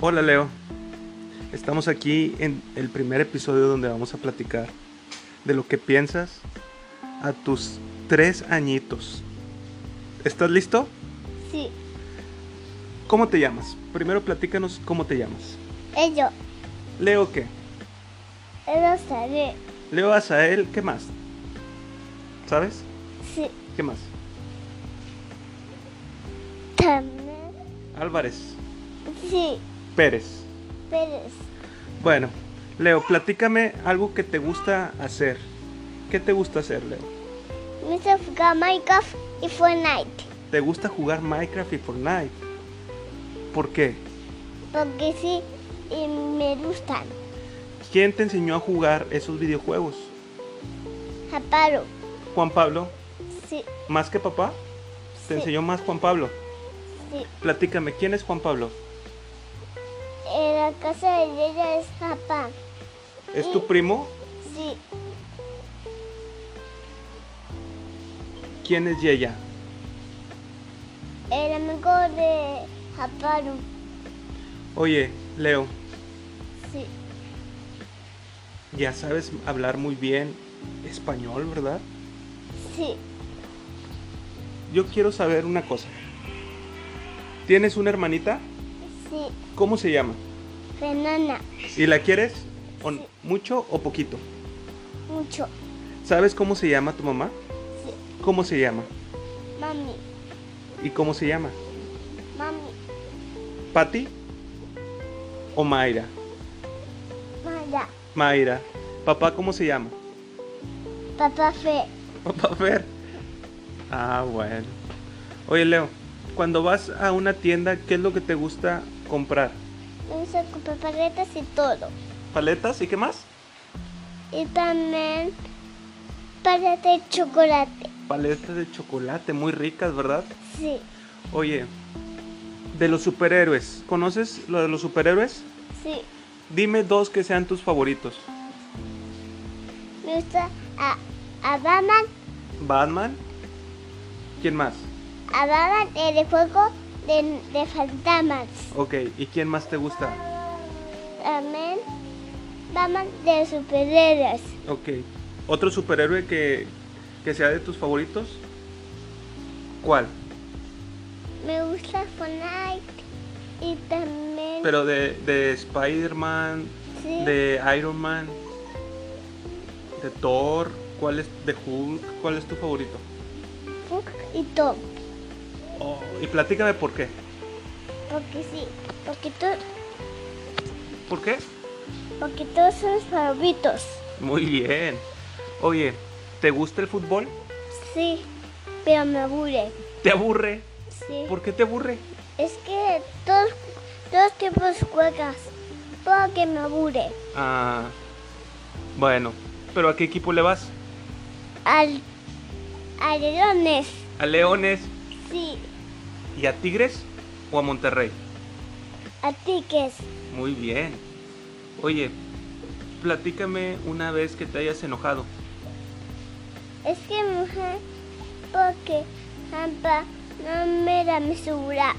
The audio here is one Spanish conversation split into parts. Hola Leo, estamos aquí en el primer episodio donde vamos a platicar de lo que piensas a tus tres añitos. ¿Estás listo? Sí, ¿Cómo te llamas? Primero platícanos cómo te llamas. ello, Leo qué? lo sabe. Leo Azael, ¿qué más? ¿Sabes? Sí, ¿Qué más? también. Álvarez, Sí, Pérez. Pérez. Bueno, Leo, platícame algo que te gusta hacer. ¿Qué te gusta hacer, Leo? Me gusta jugar Minecraft y Fortnite. ¿Te gusta jugar Minecraft y Fortnite? ¿Por qué? Porque sí, y me gustan. ¿Quién te enseñó a jugar esos videojuegos? Japaro. Juan Pablo, Sí, más que papá, te Sí. enseñó más Juan Pablo. sí. Platícame, ¿quién es Juan Pablo? En la casa de ella es Japán. ¿Es Mm. tu primo? Sí, ¿Quién es Yeya? el amigo de Japaro. Oye, Leo, Sí, ya sabes hablar muy bien español, ¿verdad? sí, Yo quiero saber una cosa. ¿Tienes una hermanita? sí. ¿Cómo se llama? Fernanda, ¿Y la quieres o Sí. mucho o poquito? mucho. ¿Sabes cómo se llama tu mamá? Sí, ¿Cómo se llama? mami, ¿Y cómo se llama? mami, ¿Patty o Mayra? mala. Mayra. ¿Papá cómo se llama? Papá Fe. Papá Fer. Ah, bueno. Oye, Leo, cuando vas a una tienda, ¿qué es lo que te gusta comprar? Me gusta comprar paletas y todo. ¿Paletas y qué más? Y también paleta de chocolate. Paletas de chocolate, muy ricas, ¿verdad? Sí, Oye, de los superhéroes, ¿conoces lo de los superhéroes? sí. Dime dos que sean tus favoritos. Me gusta a, a Batman, Batman. ¿Quién más? a Batman en el juego de, de fantasmas. Ok, ¿y quién más te gusta? También Batman de superhéroes. Ok. ¿Otro superhéroe que, que sea de tus favoritos? ¿Cuál? Me gusta Fortnite y también... Pero de, de Spider-Man, sí, de Iron Man, de Thor, ¿cuál es de Hulk? ¿Cuál es tu favorito? Hulk y Tom. Oh, y platícame por qué. Porque sí, porque, to- ¿Por qué? porque todos son mis favoritos. Muy bien. Oye, ¿te gusta el fútbol? Sí, pero me aburre. ¿Te aburre? Sí. ¿Por qué te aburre? Es que todos, todos tiempos juegas. Porque me aburre. Ah, bueno. ¿Pero a qué equipo le vas? Al. A leones. ¿A Leones Sí. y a Tigres o a Monterrey? A tiques. Muy bien. Oye, platícame una vez que te hayas enojado. Es que mujer. Porque. Jampa no me da mi seguridad.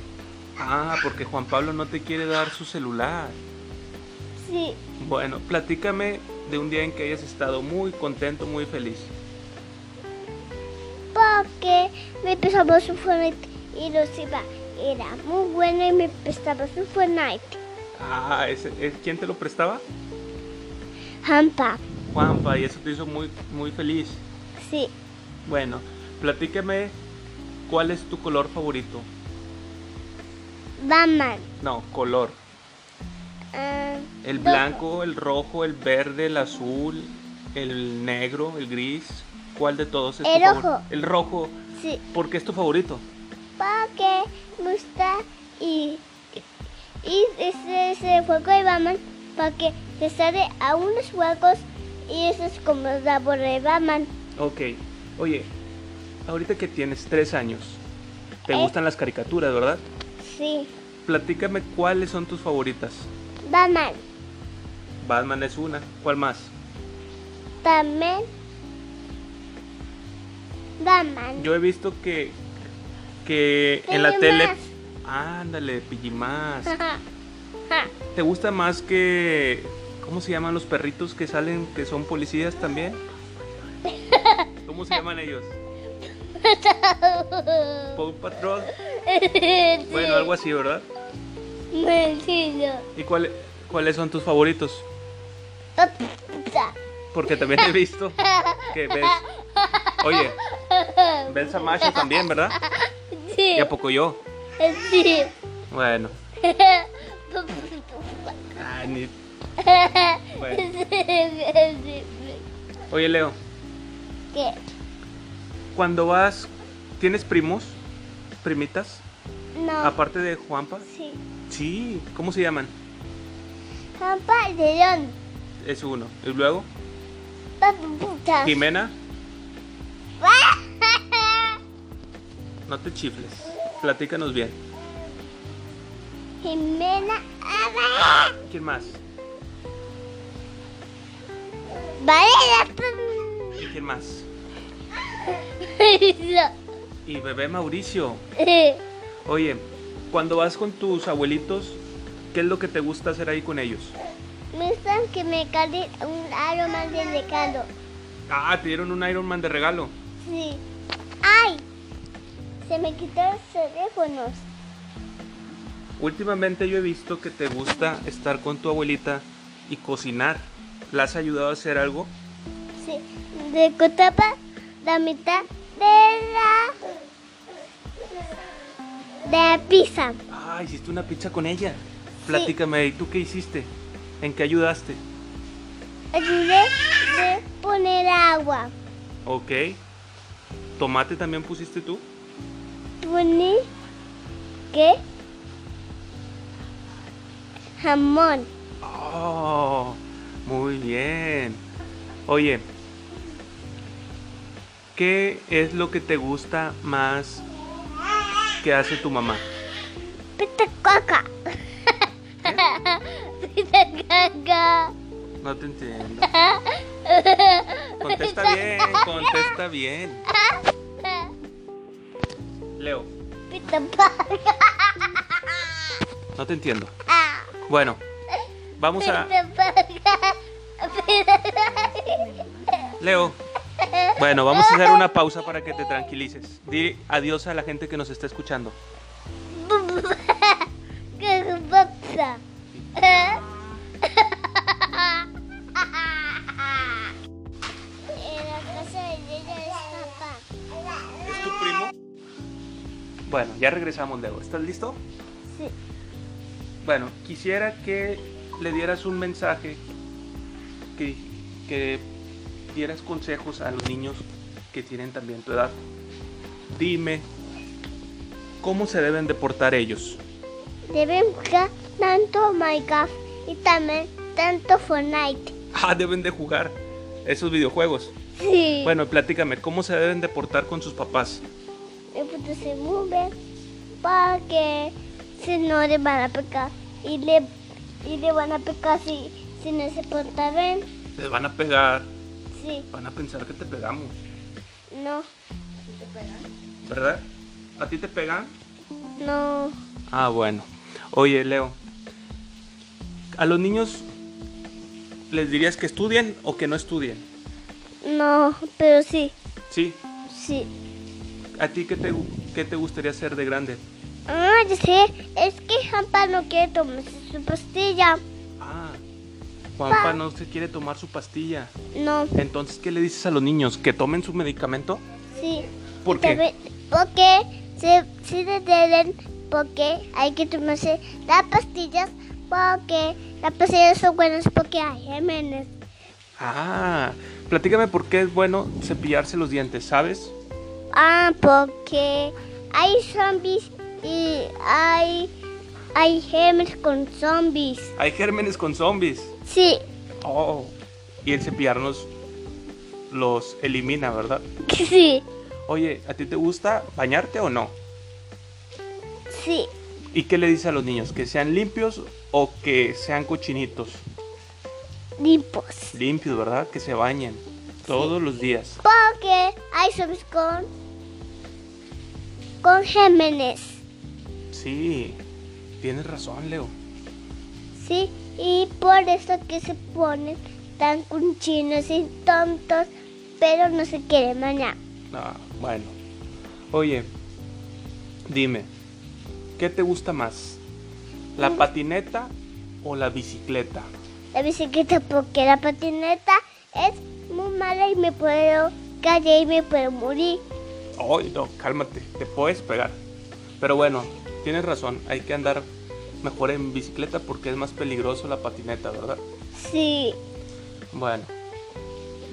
Ah, porque Juan Pablo no te quiere dar su celular. Sí. Bueno, platícame de un día en que hayas estado muy contento, muy feliz. Porque me empezaba su Fortnite y los iba. Era muy bueno y me prestaba su Fortnite. Ah, ¿ese, es, ¿quién te lo prestaba? Jampa. Juanpa, y eso te hizo muy, muy feliz. Sí. Bueno, platícame cuál es tu color favorito. Batman. No, color. ah, El rojo. blanco, el rojo, el verde, el azul, el negro, el gris. ¿Cuál de todos es El tu favor- rojo. El rojo. Sí. ¿Por qué es tu favorito? Porque me gusta y, y ese, ese juego de Batman porque te sale a unos juegos y eso es como la bola de Batman. Ok. Oye, ahorita que tienes tres años, te Eh. gustan las caricaturas, ¿verdad? Sí, Platícame cuáles son tus favoritas. Batman. Batman es una. ¿Cuál más? También Batman. Yo he visto que que en la Piggy tele. Mask. Ándale, Piggy Mask. Ajá, ajá. ¿Te gusta más que... ¿Cómo se llaman los perritos que salen, que son policías también? ¿Cómo se llaman ellos? Paw Patrol. Bueno, algo así, ¿verdad? Mentira. ¿Y cuál- cuáles son tus favoritos? Porque también he visto que ves... Oye, ves a Masha también, ¿verdad? Sí. ¿Y a poco yo? Sí. Bueno. Ay, ni- Bueno. Oye, Leo, ¿Qué? cuando vas, ¿tienes primos? ¿Primitas? No. Aparte de Juanpa. Sí. Sí, ¿cómo se llaman? Papá, ¿de dónde? Es uno. Y luego, Papá, puta. Jimena. No te chifles. Platícanos bien. Jimena. ¿Quién más? Vale, ¿Y quién más? Y bebé Mauricio. Oye, cuando vas con tus abuelitos, ¿qué es lo que te gusta hacer ahí con ellos? Me gustan que me calen un aroma de recado. Ah, te dieron un Iron Man de regalo. Sí. ¡Ay! Se me quitaron los teléfonos. Últimamente yo he visto que te gusta estar con tu abuelita y cocinar. ¿La has ayudado a hacer algo? Sí. Recortaba la mitad de la. de la pizza. Ah, hiciste una pizza con ella. Platícame, ¿y tú qué hiciste? ¿En qué ayudaste? Ayudé de poner agua. Ok. ¿Tomate también pusiste tú? Poní. ¿Qué? Jamón. Oh, muy bien. Oye, ¿qué es lo que te gusta más que hace tu mamá? Pita caca. Pita caca. No te entiendo. Contesta bien, contesta bien. Leo, Pita caca. no te entiendo. Bueno, vamos a... Pita caca. Leo. Bueno, vamos a hacer una pausa para que te tranquilices. Di adiós a la gente que nos está escuchando. ¿Qué pasa? En la casa de ella es papá. ¿Es tu primo? Bueno, ya regresamos, Leo. ¿Estás listo? Sí. Bueno, quisiera que le dieras un mensaje, que, que dieras consejos a los niños que tienen también tu edad. Dime, ¿cómo se deben de portar ellos? Deben jugar tanto Minecraft y también tanto Fortnite. Ah, deben de jugar esos videojuegos. Sí. Bueno, platícame, ¿cómo se deben de portar con sus papás? Y pues se mueven para que si no le van a pecar y le, y le van a pecar si, si no se porta bien. Te van a pegar, Sí, van a pensar que te pegamos, no, ¿verdad? ¿A ti te pegan? no. Ah, bueno. Oye, Leo, ¿a los niños les dirías que estudien o que no estudien? No, pero sí, Sí. sí. ¿A ti qué te, qué te gustaría ser de grande? Ah, ya sé, es que Jampa no quiere tomarse su pastilla. Ah, Juanpa no se quiere tomar su pastilla. No, Entonces, ¿qué le dices a los niños? ¿Que tomen su medicamento? sí. ¿Por Y qué? también- Porque se, se detienen porque hay que tomarse las pastillas porque las pastillas son buenas porque hay gérmenes. Ah, platícame por qué es bueno cepillarse los dientes, ¿sabes? Ah, porque hay zombies y hay, hay gérmenes con zombies. Hay gérmenes con zombies. Sí, Oh, y el cepillarnos los elimina, ¿verdad? sí, Oye, ¿a ti te gusta bañarte o no? sí. ¿Y qué le dices a los niños? ¿Que sean limpios o que sean cochinitos? Limpos. Limpios, ¿verdad? Que se bañen todos los días. Porque hay zombies con, con gérmenes. Sí, tienes razón, Leo. Sí, y por eso que se ponen tan cunchinos y tontos, pero no se quieren mañana. Ah, bueno. Oye, dime, ¿qué te gusta más? ¿La patineta o la bicicleta? La bicicleta porque la patineta es muy mala y me puedo caer y me puedo morir. Ay, no, cálmate, te puedes pegar. Pero bueno, tienes razón, hay que andar mejor en bicicleta porque es más peligroso la patineta, ¿verdad? Sí, Bueno,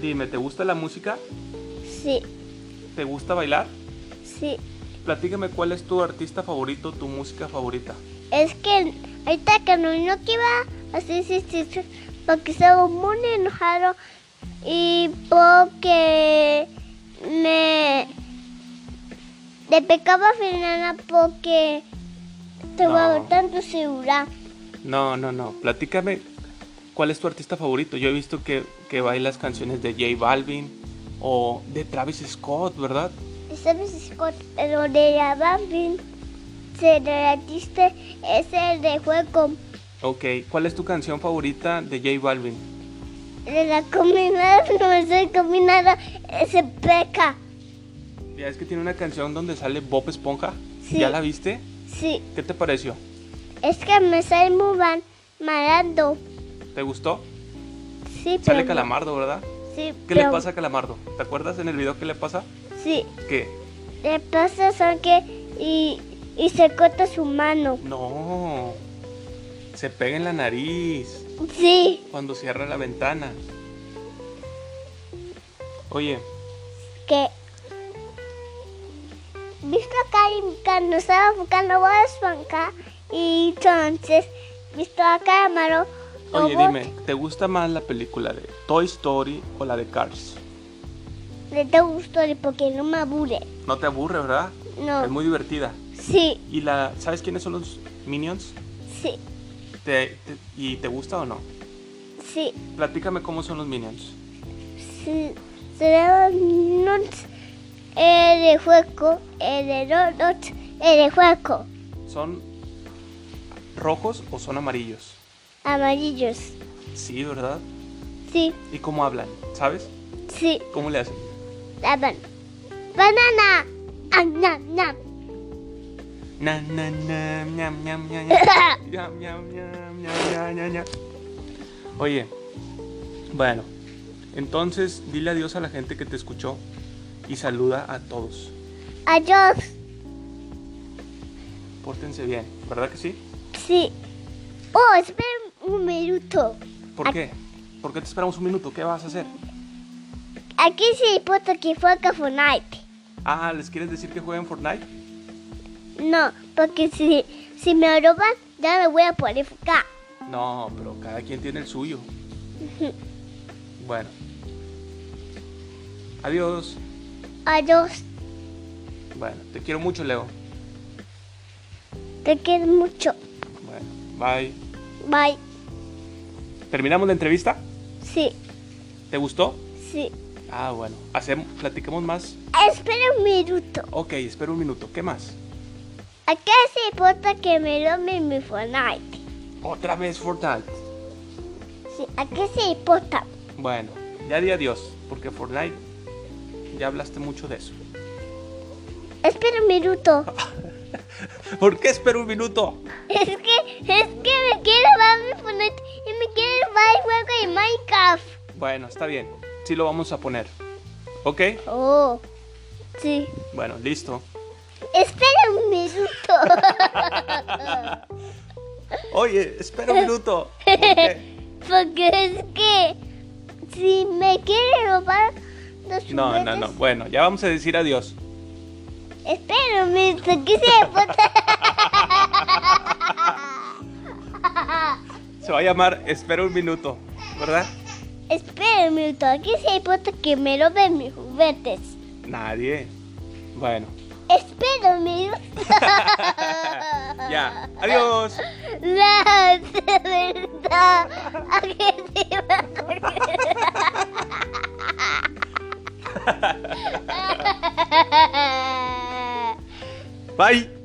dime, ¿te gusta la música? sí, ¿Te gusta bailar? sí. Platícame cuál es tu artista favorito, tu música favorita. Es que ahorita que no, no que iba así, sí, sí, sí, porque estaba muy enojado y porque me le pecaba a Fernanda porque estaba No. tanto segura. No, no, no, platícame cuál es tu artista favorito. Yo he visto que, que bailas canciones de J Balvin o de Travis Scott, ¿verdad? Sabes, Scott, pero de la Bambi se derretiste es el de juego Ok, ¿cuál es tu canción favorita de J Balvin? de la combinada, no me estoy combinada, se peca. Ya es que tiene una canción donde sale Bob Esponja. Sí. ¿Ya la viste? Sí, ¿Qué te pareció? es que me sale muy mal, malando. ¿Te gustó? Sí, Sale pero- Calamardo, ¿verdad? Sí, ¿Qué le pero- pasa a Calamardo? ¿Te acuerdas en el video qué le pasa? Sí, ¿Qué? le pasa sangre y, y se corta su mano. No. Se pega en la nariz Sí, cuando cierra la ventana. Oye, que... Visto a Karim cuando estaba buscando Bob Esponja y entonces visto a Calamaro oye, robot dime, ¿te gusta más la película de Toy Story o la de Cars? le da gusto porque no me aburre. No te aburre, ¿verdad? No, Es muy divertida. sí, ¿Y la sabes quiénes son los Minions? sí, ¿Te- te- ¿Y te gusta o no? sí. Platícame cómo son los Minions. se será nuts el de hueco, el de donuts, el de hueco, ¿Son rojos o son amarillos? amarillos. Sí, ¿verdad? Sí, ¿Y cómo hablan? ¿Sabes? sí, ¿Cómo le hacen? daban. Banana, ah, nam, nam. Na, na, na, ñam, ñam, ña, ña. Ñam, ñam, ñam, ña, ña, ña, ña. Oye, bueno, entonces dile adiós a la gente que te escuchó y saluda a todos. Adiós, Pórtense bien, ¿verdad que sí? sí. Oh, esperen un minuto. ¿Por Ac- qué? ¿Por qué te esperamos un minuto? ¿Qué vas a hacer? Aquí se importa que fue a Fortnite. Ah, ¿les quieres decir que jueguen Fortnite? No, porque si, si me roban, ya me voy a poner acá. No, pero cada quien tiene el suyo. Bueno. Adiós. Adiós, Bueno, te quiero mucho, Leo. te quiero mucho. Bueno, bye. Bye. ¿Terminamos la entrevista? Sí, ¿Te gustó? sí. Ah, bueno. Hacemos, platicamos más. Espera un minuto. Ok, espera un minuto. ¿Qué más? ¿A qué se importa que me robe mi Fortnite? Otra vez Fortnite. Sí, ¿A qué se importa? Bueno, ya di adiós, porque Fortnite ya hablaste mucho de eso. Espera un minuto. ¿Por qué espera un minuto? Es que, es que me quiero robar mi Fortnite y me quiero robar el juego de Minecraft. Bueno, está bien. Sí lo vamos a poner. ¿Ok? Oh, sí. Bueno, listo. Espera un minuto. Oye, espera un minuto. ¿Por qué? Porque es que si me quiere robar los No, no, juguetes- no. Bueno, ya vamos a decir adiós. Espera un minuto. ¿A qué se importa? Se va a llamar Espera un minuto, ¿verdad? Espera un minuto, aquí se importa que me roben mis juguetes. Nadie. Bueno, Espera un minuto. ya. Adiós. No, de verdad. ¿A qué se iba a correr? Bye.